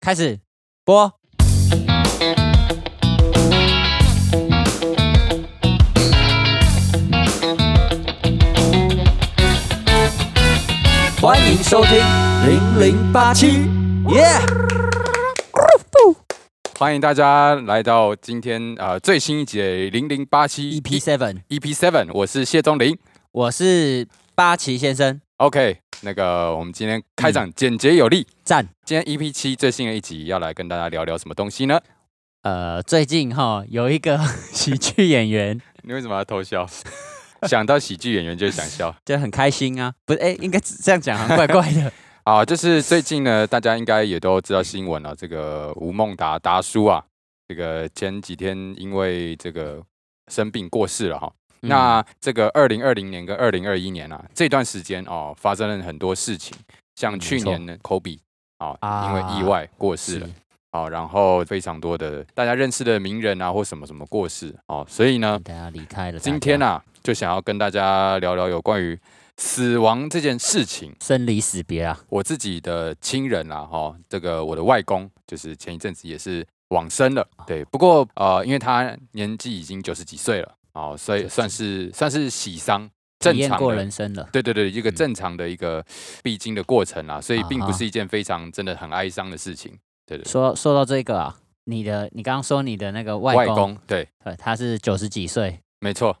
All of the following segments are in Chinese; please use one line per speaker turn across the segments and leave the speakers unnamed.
开始播。欢迎收听零零八七，耶！
欢迎大家来到今天呃最新一节零零八七 E
EP Seven，
EP Seven，我是谢宗林。
我是八旗先生，
OK，那个我们今天开场简洁有力。
赞。
今天 EP 七最新的一集要来跟大家聊聊什么东西呢？
呃，最近哈有一个 喜剧演员
你为什么要偷笑？ 想到喜剧演员就想笑
就很开心啊，不是？哎、应该这样讲，好像怪怪 的。
啊！就是最近呢，大家应该也都知道新闻了、啊这个吴孟达达叔啊，这个前几天因为这个生病过世了哈。
嗯
那这个二零二零年跟二零二一年啊，这段时间哦，发生了很多事情，像
嗯
去
没错
年呢，科比啊，因
啊
为意外过世了
是。
哦，然后非常多的大家认识的名人啊，或什么什么过世哦，所以呢，
大家离开了，
今天啊，就想要跟大家聊聊有关于死亡这件事情。
生离死别啊，
我自己的亲人啦、哈、这个我的外公就是前一阵子也是往生了，
啊
对，不过呃，因为他年纪已经九十几岁了，哦，所以
90
算是算是喜丧，
体
正
验
常
过
的
人生了，
对对对，一个
嗯
正常的一个必经的过程啦，所以并
啊哈
不是一件非常真的很哀伤的事情。对对，
说说到这个啊，你的你刚刚说你的那个外
外
公，
公对，
呃，他是九十几岁。
没错，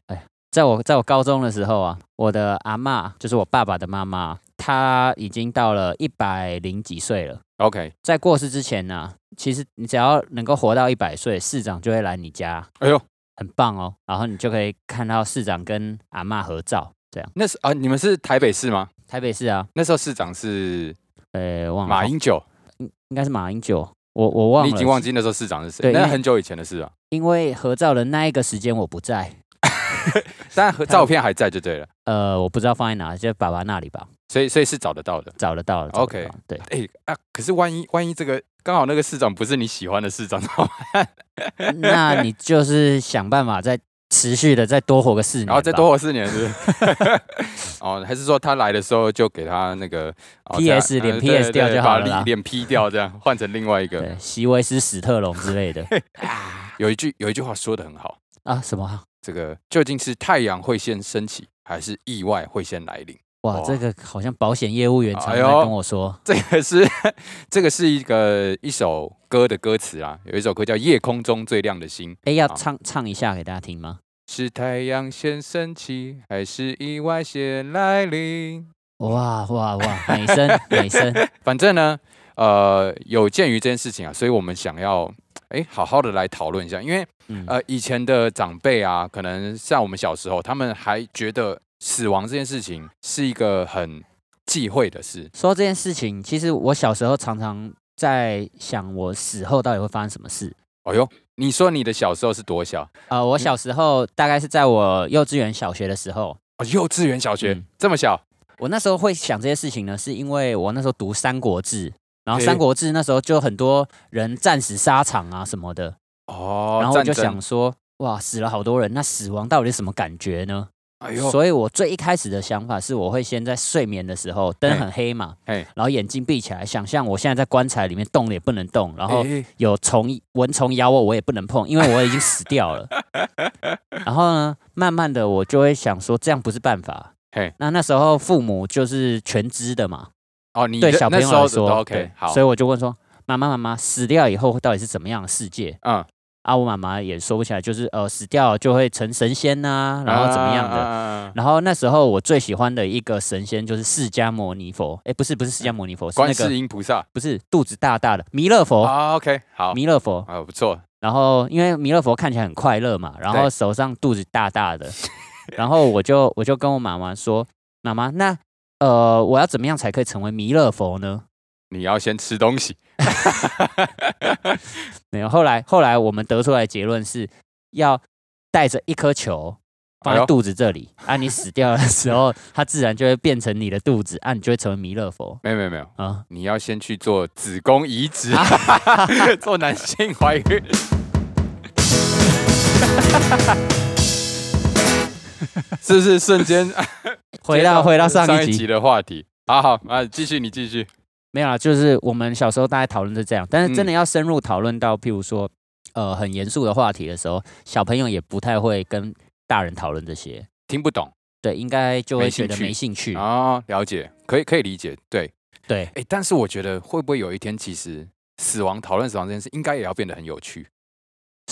在我在我高中的时候啊，我的阿嬷就是我爸爸的妈妈，她已经到了一百零几岁了。
OK，
在过世之前呢、其实你只要能够活到一百岁，市长就会来你家，
哎呦，
很棒哦。然后你就可以看到市长跟阿嬷合照，这样。
那是啊，你们是台北市吗？
台北市啊，
那时候市长是
呃，忘了
马英九，
应该是马英九，我我忘了，
你已经忘记那时候市长是谁？
对因
那
为
很久以前 的事啊，
因为合照的那一个时间我不在，
但和照片还在就对了，
呃，我不知道放在哪，就爸爸那里吧，
所以所以是找得到的。
找得到了。
OK
找得到对，
哎啊，可是万一万一这个刚好那个市长不是你喜欢的市长，
那你就是想办法再持续的再多活个四年吧，
然后再多活四年是不 是？哦，还是说他来的时候就给他那个、哦
PS
这样
脸
呃
PS
对
掉就
对
好
把
了啦
脸脸 P 掉，这样换成另外一个。
对，席维斯史特龙之类 的
有一句有一句话说的很好，
啊什么啊？
这个究竟是太阳会先升起，还是意外会先来临？
哇，
哇
这个好像保险业务员常常
哎
在
呦
跟我说，
这个是这个是一个一首歌的歌词啊，有一首歌叫《夜空中最亮的星》，
哎，要
好
唱唱一下给大家听吗？
是太阳先升起，还是意外先来临？
哇哇哇，美声 美声，
反正呢，呃，有鉴于这件事情啊，所以我们想要哎好好的来讨论一下，因为
嗯，
呃以前的长辈啊，可能像我们小时候，他们还觉得死亡这件事情是一个很忌讳的事。
说这件事情，其实我小时候常常在想，我死后到底会发生什么事。
哎呦，你说你的小时候是多小？
呃，我小时候大概是在我幼稚园、小学的时候，
哦，幼稚园、小学、
嗯
这么小？
我那时候会想这些事情呢，是因为我那时候读《三国志》，然后《
嘿
三国志》那时候就很多人战死沙场啊什么的，
哦，
然后我就
战争
想，说，哇，死了好多人，那死亡到底是什么感觉呢？
哎呦，
所以我最一开始的想法是，我会先在睡眠的时候，灯
嘿
很黑嘛，
嘿
然后眼睛闭起来，想象我现在在棺材里面动了也不能动，然后
哎
有虫蚊虫咬我，我也不能碰，因为我已经死掉 了。然后呢，慢慢的我就会想说，这样不是办法
嘿。
那那时候父母就是全知的嘛，
哦，你
对
的
小朋
那
友
时候
来
的哦
说对
OK 好
所，以我就问说，妈妈妈妈，死掉以后到底是怎么样的世界？
嗯，
啊，我妈妈也说不起来，就是呃，死掉了就会成神仙呐、然后怎么
啊
样的。
的？
然后那时候我最喜欢的一个神仙就是释迦牟尼佛，哎，不是不是释迦牟尼佛，是那
观
个哦
世音菩萨
不是肚子大大的弥勒佛，
啊，OK，好，
弥勒佛。
啊，不错，
然后因为弥勒佛看起来很快乐嘛，然后
对
手上肚子大大的， 然后我就我就跟我妈妈说，妈妈，那呃我要怎么样才可以成为弥勒佛呢？
你要先吃东西。
没有，后来后来我们得出来的结论是要带着一颗球放
哎
在
呦
肚子这里，啊，你死掉的时候， 它自然就会变成你的肚子，啊，你就会成为弥勒佛
没有没有没有，
啊。
你要先去做子宫 移植，做男性怀孕。是不是瞬间
回到回到上
上
一集，
的话题？好好啊，继续你继续。
没有啦，就是我们小时候大概讨论是这样，但是真
嗯
的要深入讨论到，譬如说，呃，很严肃的话题的时候，小朋友也不太会跟大人讨论这些，
听不懂
对，应该就
没
会
兴
觉得
趣
没兴趣。
哦，了解，可以可以理解，对，
对，
哎，但是我觉得会不会有一天，其实死亡讨论死亡这件事，应该也要变得很有趣，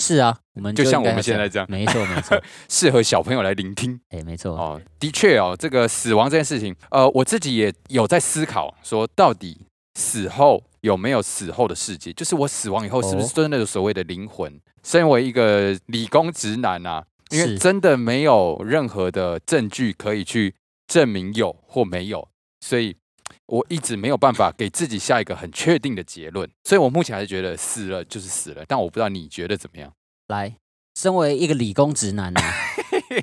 是啊，我们
就像
应该
我们现在
要
这样，
没错没 错，
适合小朋友来聆听。
哎，没错，
哦，的确哦，这个死亡这件事情，呃，我自己也有在思考，说到底死后有没有死后的世界？就是我死亡以后，是不是
哦
真的有所谓的灵魂？身为一个理工直男啊，因为
是
真的没有任何的证据可以去证明有或没有，所以我一直没有办法给自己下一个很确定的结论。所以我目前还是觉得死了就是死了，但我不知道你觉得怎么样？
来，身为一个理工直男呢、啊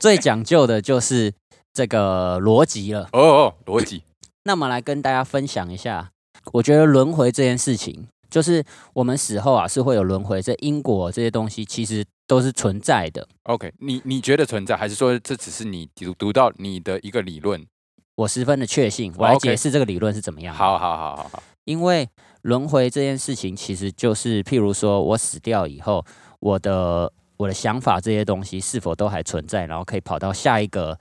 最讲究的就是这个逻辑了。
哦哦，逻辑，
那么来跟大家分享一下，我觉得轮回这件事情，就是我们死后啊是会有轮回，这因果这些东西其实都是存在的。
OK，你你觉得存在，还是说这只是你读读到你的一个理论？
我十分的确信，我
好
来
，OK
解释这个理论是怎么样。，
好好好好好，
因为轮回这件事情，其实就是譬如说我死掉以后，我的我的想法这些东西是否都还存在，然后可以跑到下一个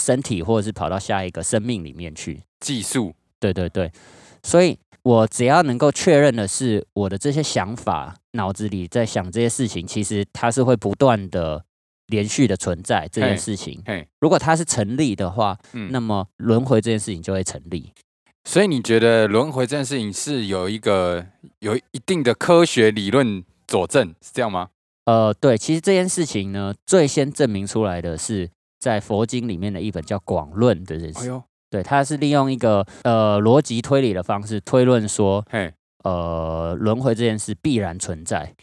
身体，或者是跑到下一个生命里面去。
技术
对对对，所以我只要能够确认的是，我的这些想法，脑子里在想这些事情，其实它是会不断的、连续的存在这件
嘿
事情
嘿。
如果它是成立的话，
嗯
那么轮回这件事情就会成立。
所以你觉得轮回这件事情是有一个有一定的科学理论佐证，是这样吗？
呃，对，其实这件事情呢，最先证明出来的是在佛经里面的一本叫《广论》的这件
哎
事。
呦，
对，它是利用一个呃逻辑推理的方式推论说，
嘿，
呃，轮回这件事必然存在。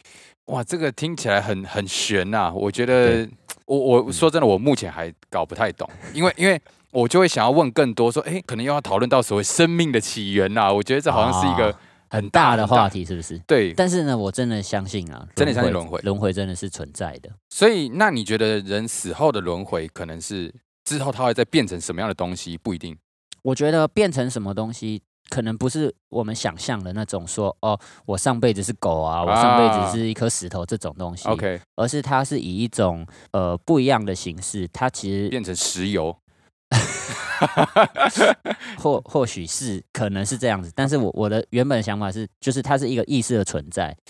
哇，这个听起来很很悬呐、我觉得我我
嗯
说真的，我目前还搞不太懂，因为因为。我就会想要问更多，说，哎，可能又要讨论到所谓生命的起源呐、我觉得这好像是一个、
啊很
很大
大的
很大
话题，是不是？
对
但是呢，我真的相信啊，
真的相信轮
轮
回
轮回真的是存在的。
所以，那你觉得人死后的轮回，可能是之后他会再变成什么样的东西？不一定。
我觉得变成什么东西，可能不是我们想象的那种说哦，我上辈子是狗啊，我上
啊
辈子是一颗石头这种东西
OK，
而是它是以一种呃不一样的形式，它其实
变成石油。
或或许是可能是这样子，但是我我的原本的想法是，就是它是一个意识的存在。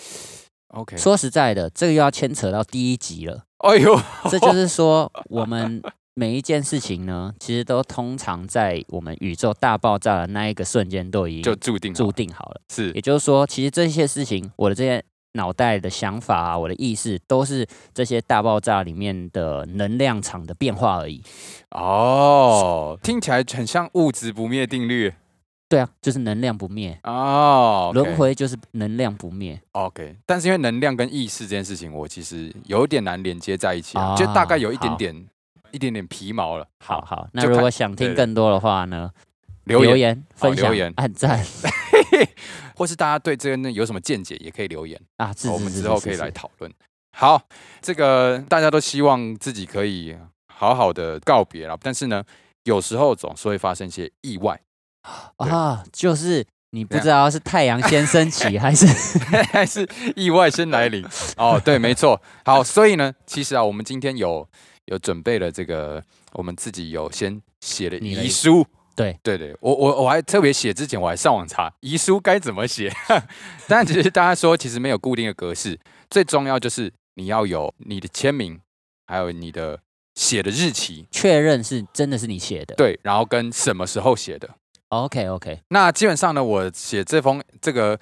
OK，
说实在的，这个又要牵扯到第一集了。
哎呦，
这就是说，我们每一件事情呢，其实都通常在我们宇宙大爆炸的那一个瞬间都已
就
经
注定好
注定好了。
是
也就是说，其实这些事情，我的这些脑袋的想法啊，我的意识，都是这些大爆炸里面的能量场的变化而已。
哦，听起来很像物质不灭定律
对啊，就是能量不灭，
哦。
轮。回就是能量不灭。
OK，但是因为能量跟意识这件事情，我其实有点难连接在一起、啊，
啊
就大概有一点
好
点一点点皮毛了。
好，好，那
就
如
看
果想
对
听
对
更多的话呢，
留言好
分享
留言、
按 赞
或是大家对这个那有什么见解，也可以留言。
啊，是
好我
是
们
是
之
是
后
是
可以来
是
讨论。好，这个大家都希望自己可以好好的告别了，但是呢，有时候总是会发生一些意外。对啊
啊，就是你
怎
不
样
知道是太阳先升 起还是
还是意外先来 临哦，对，没错。好，所以呢，其实啊，我们今天有有准备了这个，我们自己有先写了
你的
遗
遗
书。
对
对对，我我我还特别写之前，我还上网查遗书该怎么写。但其实大家说，其实没有固定的格式，最重要就是你要有你的签名，还有你的写的日期，
确认是真的是你写的。
对，然后跟什么时候写的。
OK OK，
那基本上呢，我写这封这个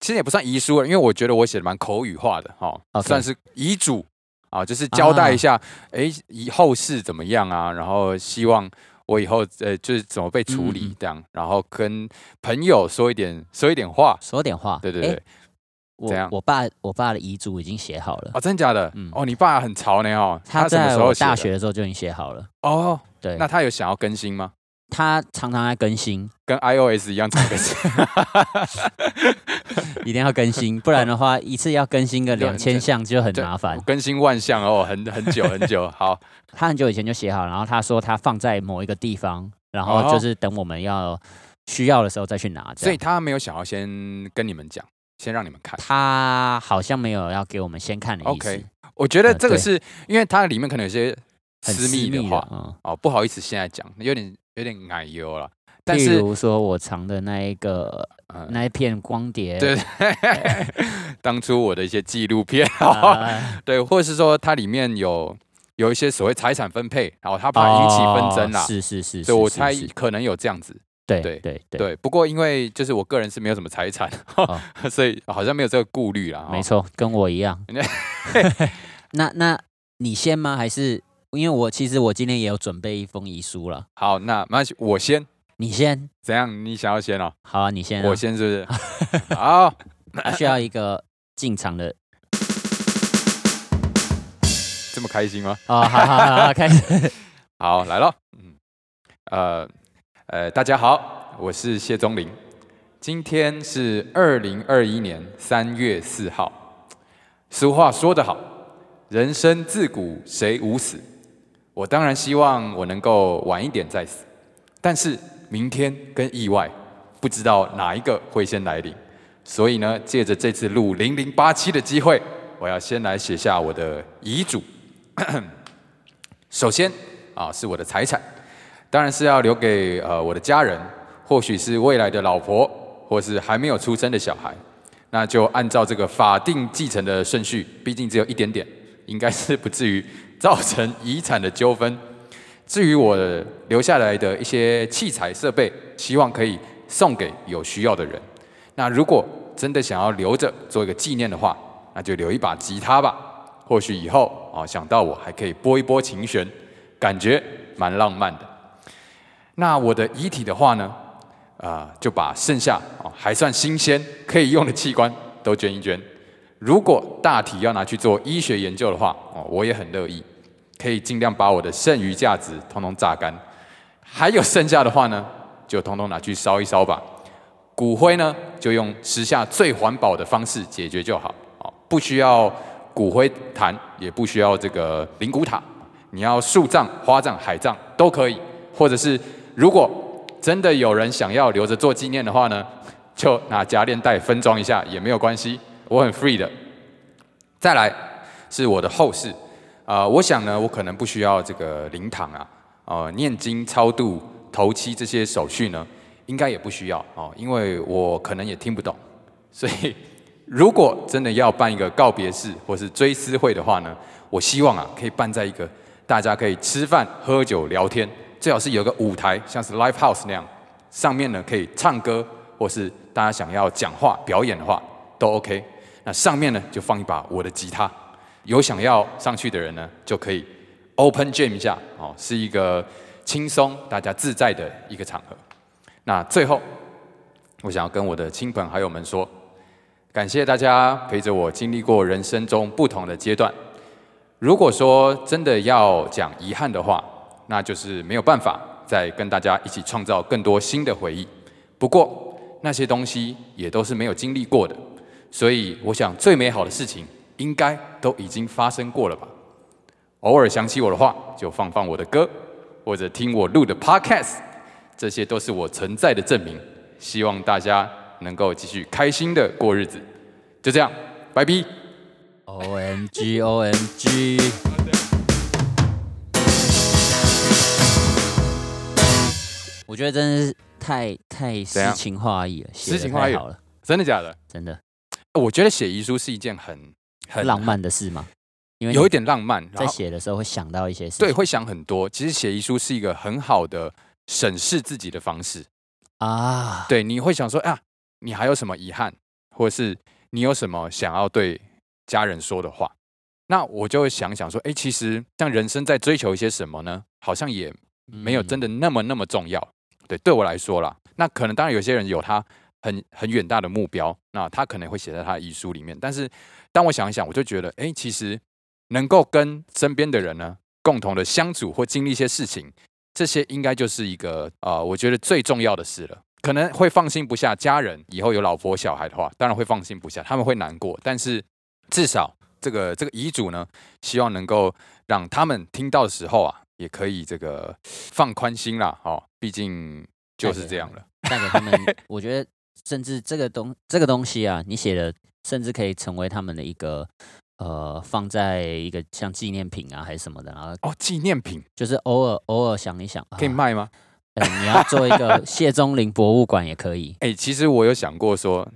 其实也不算遗书了，因为我觉得我写的蛮口语化的哈、
OK
算是遗嘱啊，就是交代一下，哎、以后事怎么样啊，然后希望我以后呃就是怎么被处
嗯嗯
理
嗯
这样，然后跟朋友说一点说一点话，
说点话。
对对
诶
对，怎样
我我爸我爸的遗嘱已经写好了，
哦，真假的，
嗯
哦，你爸很潮呢哦，
他
什么
在
时候
我
写的
大学的时候就已经写好了。
哦，
对，
那他有想要更新吗？
他常常在更 新，
跟 iOS 一样常 更新，
一定要更新，不然的话一次要更新个
对
两千项就很
对
麻烦。
更新万象哦，很很 久很久，好，
他很久以前就写好，然后他说他放在某一个地方，然
哦
后就是等我们要需要的时候再去拿。这
所以
样
他没有想要先跟你们讲，先让你们看。
他好像没有要给我们先看的意思
OK 我觉得
呃
这个
对
是因为它里面可能有些
很
私
私
密
密
的
的
话
嗯，
哦，不好意思现在讲，有点有点奶油了。但
譬
是，
如说我藏的那一个
嗯
那一片光碟，
对， 当初我的一些纪录片，哦
啊
对，或者是说它里面有有一些所谓财产分配，然后他怕引起纷争啦
哦，是是是，
所以
是
我
是
猜
是
可能有这样子。
对
对
对对对，
对，不过因为就是我个人是没有什么财产，
哦
所以好像没有这个顾虑啦。哦
没，错，跟我一 样。那那你先吗？还是因为我其实我今天也有准备一封遗书了，
好，那没关系，我先
你先。
怎样？你想要先哦，
好啊，你先啊、
我先 是不是？ 好，
他需要一个进场的。
这么开心吗？
哦，好好好，好开始。
好，来了，嗯，呃，呃，大家好，我是谢宗林，今天是二零二一年三月四号。俗话说得好，人生自古谁无死？我当然希望我能够晚一点再死，但是明天跟意外，不知道哪一个会先来临。所以呢，借着这次录零零八七的机会，我要先来写下我的遗嘱。首先啊，是我的财产，当然是要留给呃我的家人，或许是未来的老婆，或是还没有出生的小孩。那就按照这个法定继承的顺序，毕竟只有一点点，应该是不至于造成遗产的纠纷。至于我留下来的一些器材设备，希望可以送给有需要的人。那如果真的想要留着做一个纪念的话，那就留一把吉他吧。或许以后啊，想到我还可以拨一拨琴弦，感觉蛮浪漫的。那我的遗体的话呢，啊、就把剩下啊还算新鲜可以用的器官都捐一捐。如果大体要拿去做医学研究的话，哦，我也很乐意，可以尽量把我的剩余价值通通榨干。还有剩下的话呢，就通通拿去烧一烧吧。骨灰呢，就用时下最环保的方式解决就好，哦，不需要骨灰坛，也不需要这个灵骨塔，你要树葬、花葬、海葬都可以，或者是如果真的有人想要留着做纪念的话呢，就拿夹链袋分装一下也没有关系，我很 free 的。再来是我的后事，啊，我想呢，我可能不需要这个灵堂啊，呃，念经、超度、头七这些手续呢，应该也不需要哦，因为我可能也听不懂，所以如果真的要办一个告别式或是追思会的话呢，我希望啊，可以办在一个大家可以吃饭、喝酒、聊天，最好是有个舞台，像是 live house 那样，上面呢可以唱歌，或是大家想要讲话、表演的话都 OK。那上面呢就放一把我的吉他，有想要上去的人呢就可以 open jam 一下哦，是一个轻松、大家自在的一个场合。那最后，我想要跟我的亲朋好友们说，感谢大家陪着我经历过人生中不同的阶段。如果说真的要讲遗憾的话，那就是没有办法再跟大家一起创造更多新的回忆。不过那些东西也都是没有经历过的，所以我想最美好的事情应该都已经发生过了吧。偶尔想起我的话，就放放我的歌，或者听我录的 podcast，这些都是我存在的证明。希望大家能够继续开心的过日子。就这样，拜拜。
O M G O M G，我觉得真的是太太
怎
诗
样
情画意了，写
诗
得
情
太
画意
好了，
真的假的？
真的
我觉得写遗书是一件很很
浪，漫的事嘛，因为
有一
你
点浪漫，然
在
后
写的时候会想到一些事情，
对会想很多。其实写遗书是一个很好的审视自己的方式。
啊，
对，你会想说啊，你还有什么遗憾，或是你有什么想要对家人说的话？那我就会想想说，哎，其实像人生在追求一些什么呢？好像也没有真
的
的那么那么重要。对，对我来说啦，那可能当然有些人有他很很远大的目标，那他可能会写在他的遗书里面。但是当我想一想，我就觉得，哎，其实能够跟身边的人呢共同的相处或经历一些事情，这些应该就是一个啊、呃我觉得最重要的事了。可能会放心不下家人，以后有老婆小孩的话，当然会放心不下，他们会难过。但是至少这个这个遗嘱呢，希望能够让他们听到的时候啊，也可以这个放宽心啦，哦，毕竟就是这样了。
带给他 们，我觉得甚至这个东这个东西啊，你写的甚至可以成为他们的一个呃，放在一个像纪念品啊还是什么的，然后
哦，纪念品
就是偶尔偶尔想一想，
可以
啊
卖吗？
呃你要做一 个谢宗林博物馆也可以，
哎、其实我有想过说，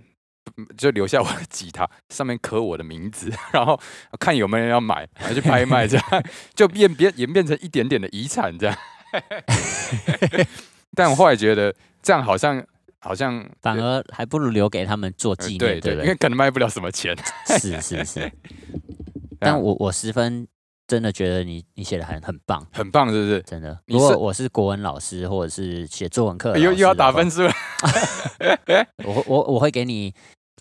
嗯就留下我的吉他，上面刻我的名字， 然后看有没有人要买，然后去拍卖，这样 就变变演变成一点点的遗产这样。 但我后来觉得这样好像好像
反而还不如留给他们做
呃
纪念，对
对对，
不
因
对
为？可能卖不了什么钱。
是是是，
啊
但我我十分真的觉得你你写的很很棒，
很棒，是不是？
真的。
你
如果
是
我是国文老师或者是写作文课的
又
老
又要
师的
打
话
分，数了，
我会我我会给你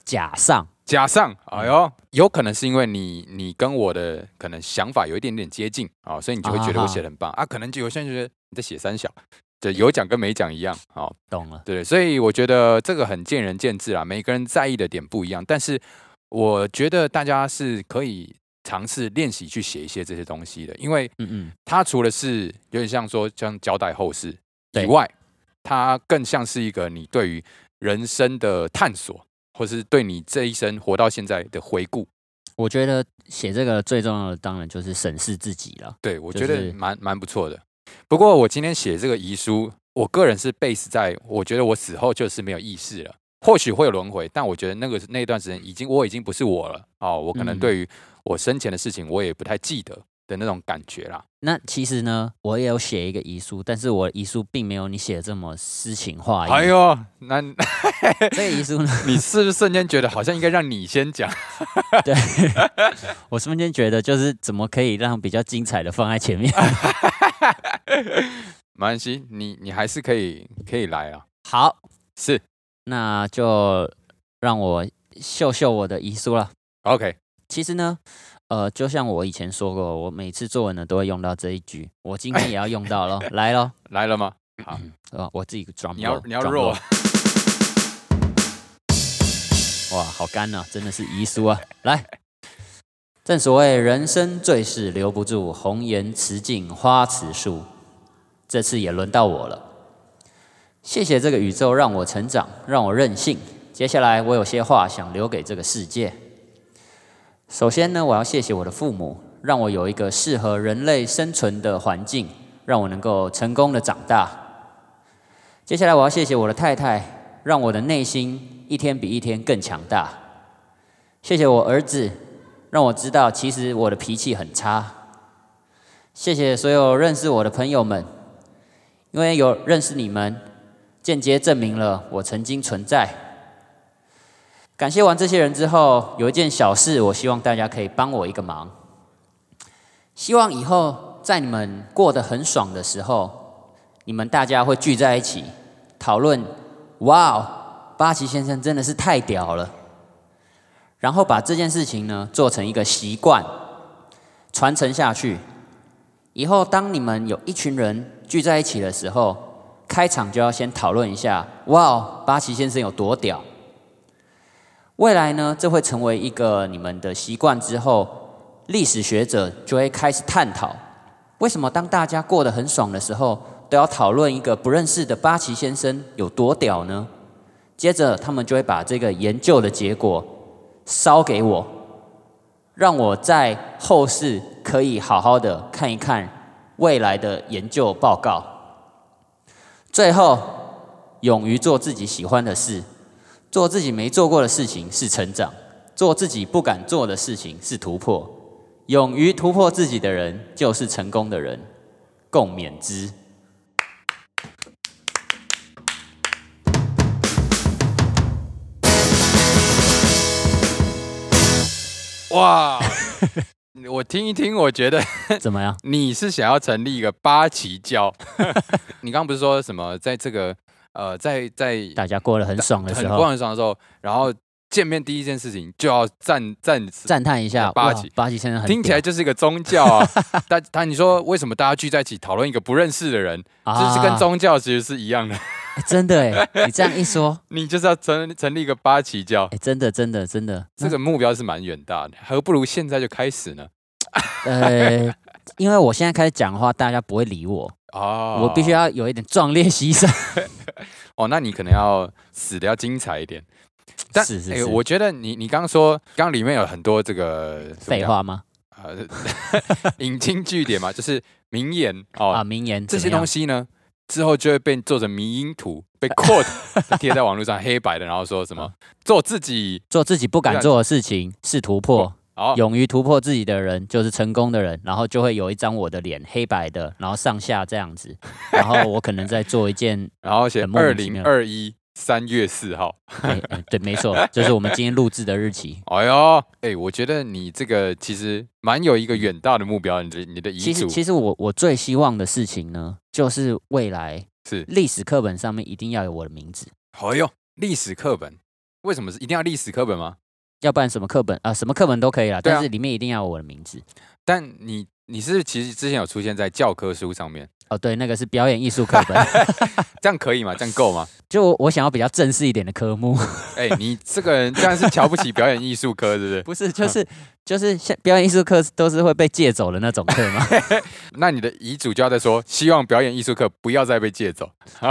假上，
加上，哎呦，有可能是因为你你跟我的可能想法有一点点接近啊、所以你就会觉得我写的很棒啊可能就有些人觉得你在写三小，对，有奖跟没奖一样啊、哦，
懂了？
对，所以我觉得这个很见仁见智啦，啊每个人在意的点不一样，但是我觉得大家是可以尝试练习去写一些这些东西的，因为
嗯嗯，
它除了是有点像说像交代后事以
对
外，它更像是一个你对于人生的探索，或是对你这一生活到现在的回顾。
我觉得写这个最重要的当然就是审视自己了。
对我
就
觉
是
得蛮蛮不错的。不过我今天写这个遗书，我个人是 base 在我觉得我死后就是没有意识了。或许会有轮回，但我觉得那个那段时间已经我已经不是我了哦，我可能
嗯
对于我生前的事情我也不太记得的那种感觉啦。
那其实呢，我也有写一个遗书，但是我的遗书并没有你写的这么诗情画意。
哎呦，那
这个遗书呢，
你是不是瞬间觉得好像应该让你先讲？
对我瞬间觉得就是怎么可以让比较精彩的放在前面。
没关系，你你还是可以可以来 啊。
好，
是
那就让我秀秀我的遗书了。
OK，
其实呢，呃，就像我以前说过，我每次作文呢都会用到这一句，我今天也要用到咯，来咯，
来了吗？
呃，我自己装
你要你啊要
弱
弱，
哇，好干啊，真的是遗书啊！来，正所谓人生最是留不住，红颜辞镜花辞树。这次也轮到我了，谢谢这个宇宙让我成长，让我任性。接下来我有些话想留给这个世界。首先呢，我要谢谢我的父母，让我有一个适合人类生存的环境，让我能够成功的长大。接下来我要谢谢我的太太，让我的内心一天比一天更强大。谢谢我儿子，让我知道其实我的脾气很差。谢谢所有认识我的朋友们，因为有认识你们，间接证明了我曾经存在。感谢完这些人之后，有一件小事，我希望大家可以帮我一个忙。希望以后在你们过得很爽的时候，你们大家会聚在一起讨论哇哦，八旗先生真的是太屌了。然后把这件事情呢做成一个习惯，传承下去。以后当你们有一群人聚在一起的时候，开场就要先讨论一下，哇哦，八旗先生有多屌。未来呢，这会成为一个你们的习惯之后，历史学者就会开始探讨，为什么当大家过得很爽的时候，都要讨论一个不认识的八旗先生有多屌呢？接着他们就会把这个研究的结果烧给我，让我在后世可以好好的看一看未来的研究报告。最后，勇于做自己喜欢的事，做自己没做过的事情是成长，做自己不敢做的事情是突破。勇于突破自己的人就是成功的人，共勉之。
哇！ 我听一听，我觉得
怎么样？
你是想要成立一个八 旗教。你刚刚不是说什么在这个呃在在
大家过得很爽的
很
时
逛
候，
很爽的时候，然后见面第一件事情就要站站死
赞叹一下
八
哇
旗
八旗先生很
听起
屌
来就是一个宗教啊。但但你说为什么大家聚在一起讨论一个不认识的人，这是跟
啊
宗教其实是一样的。
欸真的哎，你这样一说，
你就是要成成立一个八旗教，
哎，真的真的真的，
这个目标是蛮远大的，何不如现在就开始呢？
呃，因为我现在开始讲的话，大家不会理我，
哦，
我必须要有一点壮烈牺牲。
哦，那你可能要死的要精彩一点。但
是是
哎
是
我觉得你你刚刚说，刚刚里面有很多这个
废，话吗？
怎么讲呃，引经据典嘛，就是名 言哦，
啊，名言
这些东
西
西呢，之后就会被做成迷因图，被 quote 贴在网络上黑白的，然后说什么
嗯
做自己，
做自己不
不
敢
敢
做的事情是突破，
哦，
勇于突破自己的人就是成功的人，然后就会有一张我的脸，黑白的，然后上下这样 子，然后我可能在做一件，
然后写
很莫
二
名其
零
妙
二一三月四号。
哎哎对，没错，就是我们今天录制的日期。
哎呦，哎，我觉得你这个其实蛮有一个远大的目标，你的你的遗
其实，
嘱
其实我我最希望的事情呢，就是未来
是，
历史课本上面一定要有我的名字，
哎呦，历史课本为什么是一定要历史课本吗？
要不然什么课本啊、什么课本都可以啦，
对啊
但是里面一定要有我的名字。
但你你是不是其实之前有出现在教科书上面，
哦，对，那个是表演艺术课本，
这样可以吗？这样够 吗？
就我我想要比较正式一点的科目，
哎，你这个人这样是瞧不起表演艺术科，是不是？嗯
不是， 就是就是像表演艺术课都是会被借走的那种课 吗？
那你的遗嘱就要再说，希望表演艺术课不要再被借走。
啊，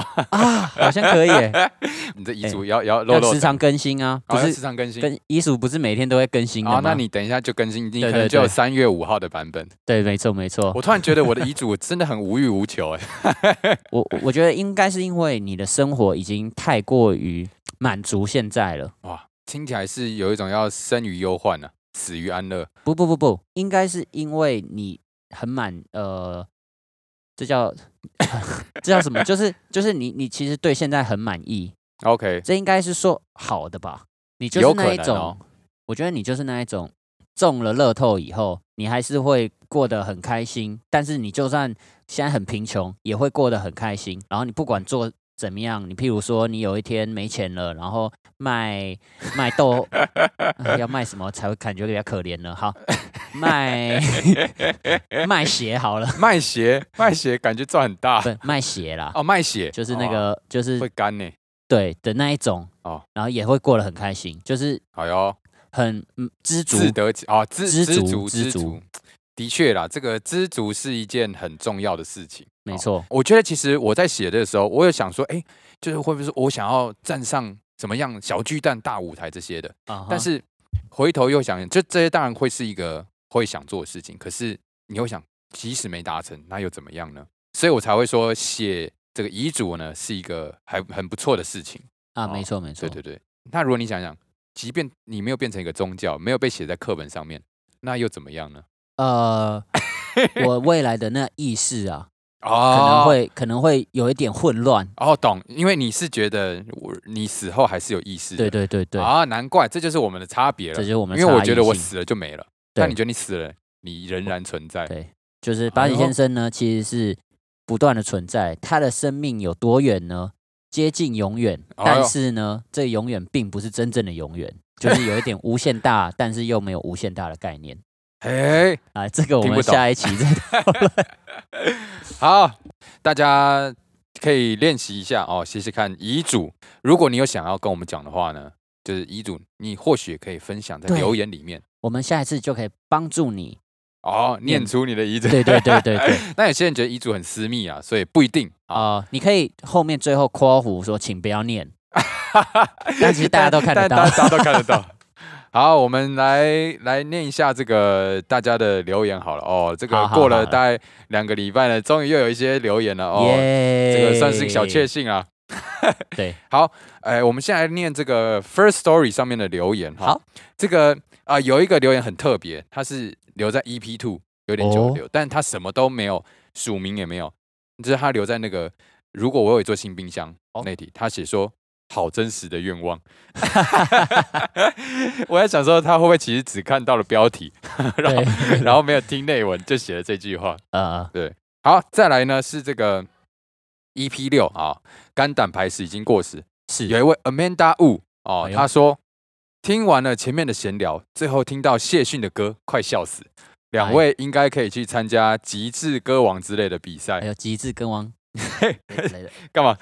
好像可以耶，
你的遗嘱要、要露
哎要
露
时，常更新啊，
哦
不
要
是
时常更新。
跟医术不是每天都会更新的
啊、
吗？
那你等一下就更新，你可
对
能
对
就有
对
三月五号的 版本。
对，没错没错。
我突然觉得我的遗嘱真的很无欲无求哎、
我我我觉得应该是因为你的生活已经太过于满足现在了。
哇，听起来是有一种要生于忧患啊，死于安乐。
不不不不，应该是因为你很满呃，这叫 这叫什么？就是就是你你其实对现在很满意，
OK，
这应该是说好的吧？你就
有
是
可
那一
能
种，
哦
我觉得你就是那一种中了乐透以后，你还是会过得很开心，但是你就算现在很贫穷，也会过得很开心。然后你不管做怎么样，你譬如说你有一天没钱了，然后卖卖 豆、呃要卖什么才会感觉比较可怜呢？好， 卖卖鞋好了，
卖鞋卖鞋感觉赚很大
不卖鞋啦，
哦，卖血
就是那、个、就是
哦会干呢。
对的那一种
哦
然后也会过得很开心，就是
哎呦，
很嗯知足，
自得其啊、哦，知
知
知
足
足
知
知足
足。
的确啦，这个知足是一件很重要的事情。哦
没错，
我觉得其实我在写的时候，我有想说，哎，就是会不会是我想要站上怎么样小巨蛋大舞台这些的？
啊哈
但是回头又想，就这些当然会是一个会想做的事情，可是你又想，即使没达成，那又怎么样呢？所以我才会说写这个遗嘱呢是一个还很不错的事情。
啊，
哦
没错没错，
对对对。那如果你想想，即便你没有变成一个宗教，没有被写在课本上面，那又怎么样呢？
呃，我未来的那意识 啊，可
哦
能会可能会有一点混乱，
哦，懂，因为你是觉得我你死后还是有意识的，
对对对对，
啊，难怪，这就是我们的差别
这
了。
就是我们的
因为我
差
觉
异
得我
性
死了就没了，但
对
你觉得你死了，你仍然存在。
对，就是巴里
哎呦
先生呢，其实是不断的存在，他的生命有多远呢？接近永远，
哎呦
但是呢，这永远并不是真正的永远，就是有一点无限大，但是又没有无限大的概念
哎，
啊。这个我
听不
们
懂
下一期再
好，大家可以练习一下哦，写写看遗嘱。如果你有想要跟我们讲的话呢，就是遗嘱，你或许也可以分享在
对
留言里面
我们下一次就可以帮助你。
哦，念
念
出你的遗嘱。
对对对对对，
那有些人觉得遗嘱很私密啊，所以不一定啊。
啊、你可以后面最后括弧说，请不要 念。但其实大家都看得到
但大家都看得到。 好，我们来来念一下这个大家的留言好了哦。这个
好好
过了
好
大概两个礼拜了，终于又有一些留言了哦，
耶、
这个算是小确幸啊。
对，
好，哎，我们现在来念这个 First Story 上面的留言哈。
好，
这个啊、有一个留言很特别，它是留在 EP Two，有点久
哦
留，但它什么都没有，署名也没有，就是它留在那个如果我有一座新冰箱、
哦
那题，他写说好真实的愿 望。我在想说他会不会其实只看到了标题， 然后
对
然后没有听内文就写了这句话。
呃，
好，再来呢是这个 EP 六啊，肝胆排石已经过时，
是
有一位 Amanda Wu 哦
哎，呦
他说听完了前面的闲聊，最后听到谢逊的歌，快笑死。两
哎
位应该可以去参加极致歌王之类的比赛
还，有极致跟王 之类的
干嘛？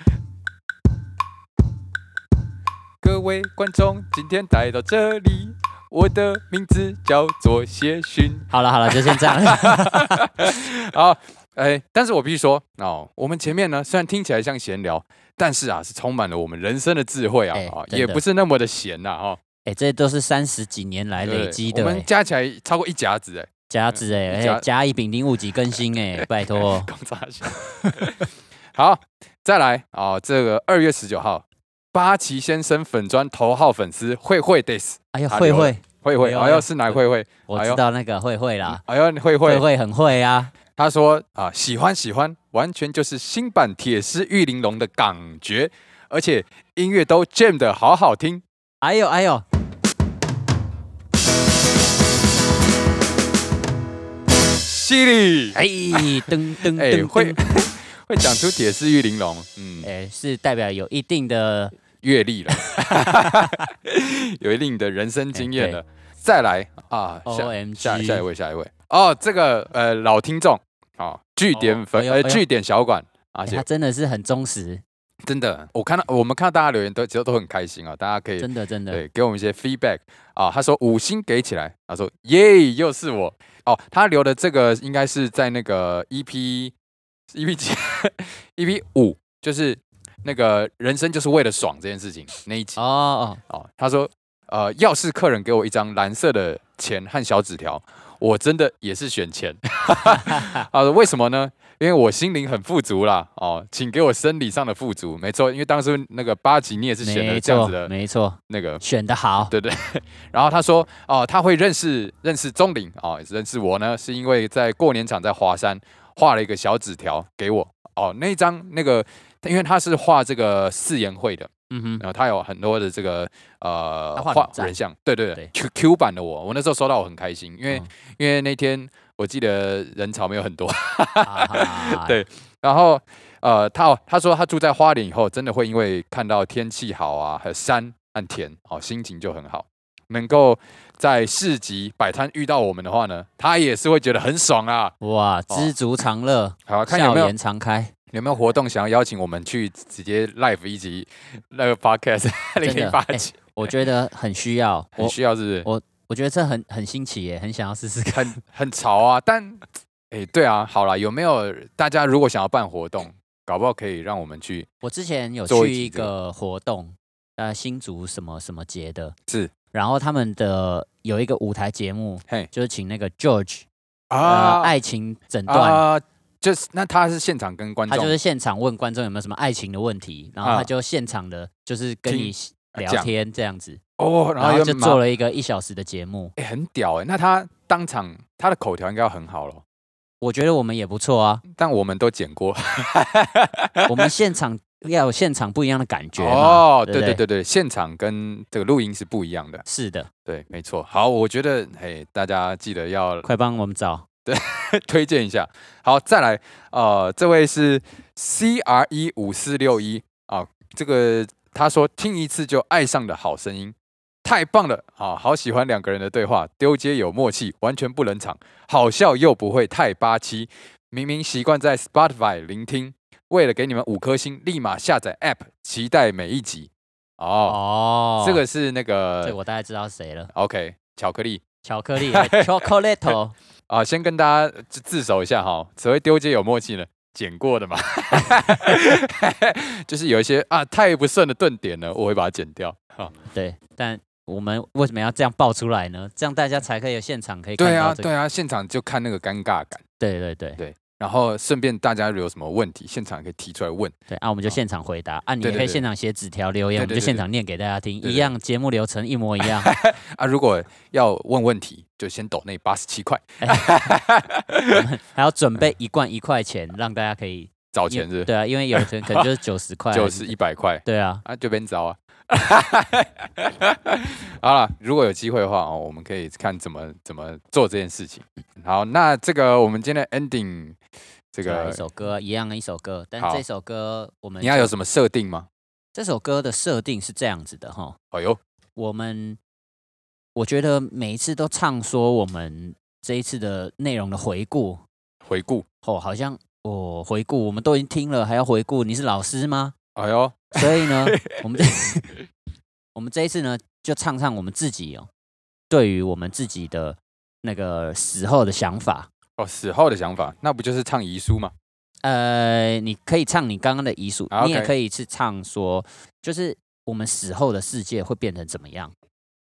各位观众，今天来到这里，我的名字叫做谢逊。
好了好了，就先这样。
好，哎，但是我必须说哦，我们前面呢虽然听起来像闲聊，但是啊是充满了我们人生的智慧啊
哎
啊，
真的
也不是那么的闲呐哈。
哎、这都是三十几年来
对不
累
对
积的、
我
欸
们，加起来超过一甲子哎，
甲子哎、
甲
欸，甲乙丙丁戊己庚辛哎、
，
拜托
公差小。 好，再来哦，这个二月十九号，八旗先生粉砖头号粉丝慧慧 this
哎呦
他
慧
留
慧，
慧慧，
哎呦
哎
哎
呦
呦
是哪慧慧？
我
哎呦
知道那个慧慧啦，
哎呦慧慧
慧，慧很会啊，
他说啊，喜欢喜欢，完全就是新版铁丝玉玲珑的感觉，而且音乐都 jam 的好好听。
哎呦哎 呦，
犀利，
哎噔噔
哎、
噔
会
会，
会讲出铁丝玉玲珑，嗯，
哎、是代表有一定的
阅历 了，有一定的人生经验
哎
了。再来啊，
OMG
下下下一位，下一位哦，这个呃老听众哦，据点粉、
哎呦
呃
哎呦
据点小馆，而
哎
且
他真的是很忠实，
真的，我看到我们看到大家留言都其实都很开心啊、大家可以
真的真的，
对，给我们一些 feedback 啊。他说五星给起来，他说耶，又是我哦。他留的这个应该是在那个 E EP EP 几 EP 五，就是那个人生就是为了爽这件事情那一集
哦哦，
哦。他说呃，要是客人给我一张蓝色的钱和小纸条，我真的也是选钱。 啊，为什么呢？因为我心灵很富足啦，哦，请给我生理上的富足，没错，因为当初那个八级你也是选了
没
这样
错
子的
没错，
那个
选的好，
对对。然后他说，哦，他会认识认识钟林哦，认识我呢，是因为在过年场在华山画了一个小纸条给我哦，那一张那个，因为他是画这个四言会的，
嗯哼，
然后他有很多的这个呃
他画得很赞
人像，对对对
对
，Q Q 版的我，我那时候收到我很开心，因为、
嗯
因为那天我记得人潮没有很多，
哈哈
对然后呃，他哦他说他住在花莲以后，真的会因为看到天气好啊，还有山和田，哦，心情就很好。能够在市集摆摊遇到我们的话呢，他也是会觉得很爽啊。
哇，知足常乐，
好啊，看有
笑
没有
颜常开，
有没有活动想要邀请我们去直接 live 一集那个 podcast 零
真
零
的
八
哎
七，
我觉得很需要，
很
我
需要是不是？
我觉得这很很新奇耶，很想要试试看。
很很潮啊，但哎、对啊，好啦，有没有大家如果想要办活动，搞不好可以让我们去
我之前有
做一
去
集
一
这个
个活动，呃，新竹什么什么节的，
是，
然后他们的有一个舞台节目，
嘿
就是请那个 George 呃爱情诊断，
啊，就是那他是现场跟观
他
众
就是现场问观众有没有什么爱情的问题，然后
啊
他就现场的就是跟
听
你
啊
聊
讲
天这样子，
哦，然
然
后
后
又
就
马
做了一个一小时的节目，
哎、很屌哎、那他当场他的口条应该要很好咯，
我觉得我们也不错 啊，
但我们都剪 过
我们现场要有现场不一样的感觉嘛，
哦，
对
对
不
对
对
对对，现场跟这个录音是不一样的，
是的，
对，没错。好，我觉得嘿，大家记得要
快帮我们找，
推荐一下。好，再来，呃，这位是 C R E 五四六一啊，这个他说听一次就爱上的好声音，太棒了啊，好喜欢两个人的对话，丢接有默契，完全不冷场，好笑又不会太八七。明明习惯在 Spotify 聆听，为了给你们五颗星，立马下载 App，期待每一集。哦，
哦，
这个是那
这
个
我大概知道谁了。
OK 巧克力。
巧克力哎 （chocolate），
啊，先跟大家自自首一下哈，所谓丢接有默契呢，剪过的嘛， 就是有一些啊太不顺的顿点呢，我会把它剪掉。啊，
对，但我们为什么要这样爆出来呢？这样大家才可以有现场可以看
对啊，
到这个。
对啊，现场就看那个尴尬感，
对对对对
然后顺便大家如果有什么问题，现场可以提出来问。
对，啊，我们就现场回答，啊，你
对
也
对
可以
对
现场写纸条留言，
对
我
对
们就
对
现
对
场念给大家听，
对对
一样节目流程一模一样。
啊，如果要问问题，就先抖那八十 七块，
哎还要准备一罐一块钱，让大家可以
找
因为
钱是
对啊，因为有的可能就是九十块，
就是一百块。
对啊，
啊，就边找啊。 好了，如果有机会的话哦，我们可以看怎么怎么做这件事情。好，那这个我们今天的 ending 这
再啊来一
个
首歌一样一首歌，但
好
这首歌我们
你要有
就
什么设定吗？
这首歌的设定是这样子的哈，
哎呦，
我们我觉得每一次都唱说我们这一次的内容的回顾，
回顾，
哦，好像哦，回顾我们都已经听了，还要回顾，你是老师吗？
哎呦，
所以 呢，我们这我们这一次呢，就唱唱我们自己哦，对于我们自己的那个死后的想法，
哦，死后的想法，那不就是唱遗书吗？
呃，你可以唱你刚刚的遗属，
啊
你也
OK
可以是唱说，就是我们死后的世界会变成怎么样？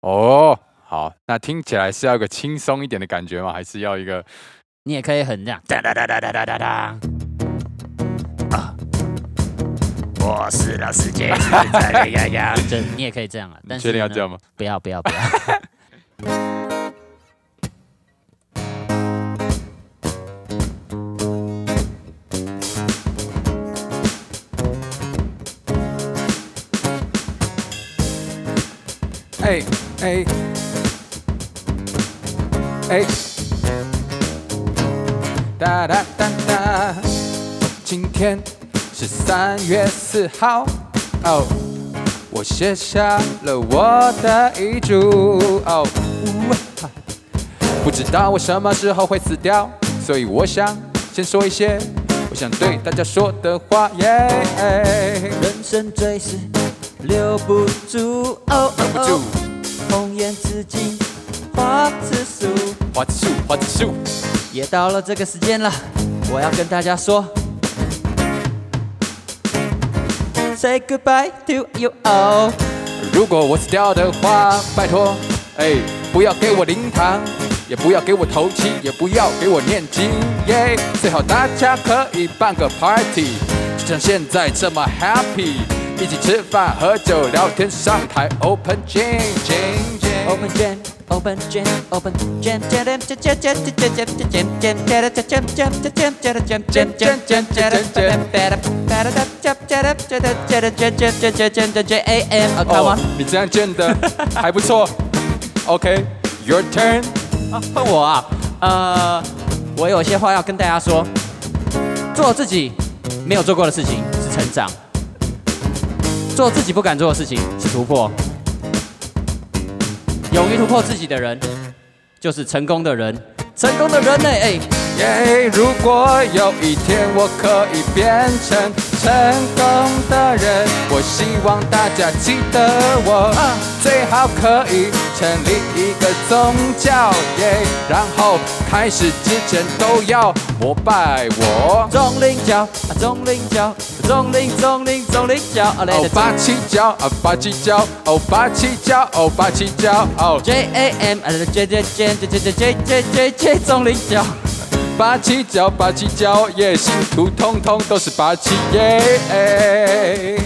哦，好，那听起来是要一个轻松一点的感觉吗？还是要一个
你也可以很这样，哒哒哒哒哒哒哒哒。啊我死了，世界是在 呀呀呀！这你也可以这样啊，但
你
是
确定要
呢
这样吗？
不要不要不要！
哎哎哎，哒哒哒哒，今天是三月四号，哦，我写下了我的遗嘱，哦，呜啊不知道我什么时候会死掉，所以我想先说一些我想对大家说的话，耶、
人生最是留不住，哦
忍不住，
红颜知己花自树，
花枝树，花枝树。
也到了这个时间了，我要跟大家说，Say goodbye to you all。
如果我死掉的话，拜托，哎，不要给我灵堂，也不要给我头七，也不要给我念经，耶！最好大家可以办个 party，就像现在这么 happy，一起吃饭、喝酒、聊天、上台 open gym gym gym。
Open jam, open jam, open jam, jam, jam, jam, jam, jam, jam, jam, jam, jam, jam, jam, jam, jam, jam, jam, jam, jam, jam, jam, jam, jam, jam, AM. Oh, come
哦
on.，
你这样建的还不错，OK，your、turn。
啊，换我啊，呃，我有些话要跟大家说，做自己没有做过的事情是成长，做自己不敢做的事情是突破，勇于突破自己的人就是成功的人，成功的人呢、哎、
耶！如果有一天我可以变成成功的人，我希望大家记得我，最好可以成立一个宗教，耶！然后开始之前都要膜拜我。
钟灵角啊，钟灵角，钟灵钟灵钟灵角，啊来
哦
的，
八七角，哦八七角，哦八七角，哦八七角，哦
J A M 啊来的 J J J J J J J J J J 钟灵角。
八七角，八七角，耶！信徒通通都是八七，耶！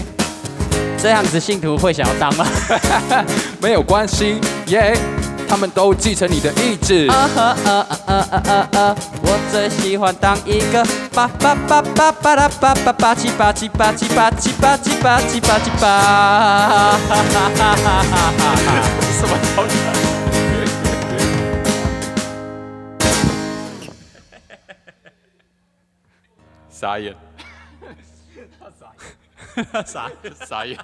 这样子信徒会想要当吗？
没有关系，耶、他们都继承你的意志。
啊呵呃呃呃呃呃呃，我最喜欢当一个八八八八八啦八八八七八七八七八七八七八七八七八。
傻眼，他傻眼，傻眼，傻眼。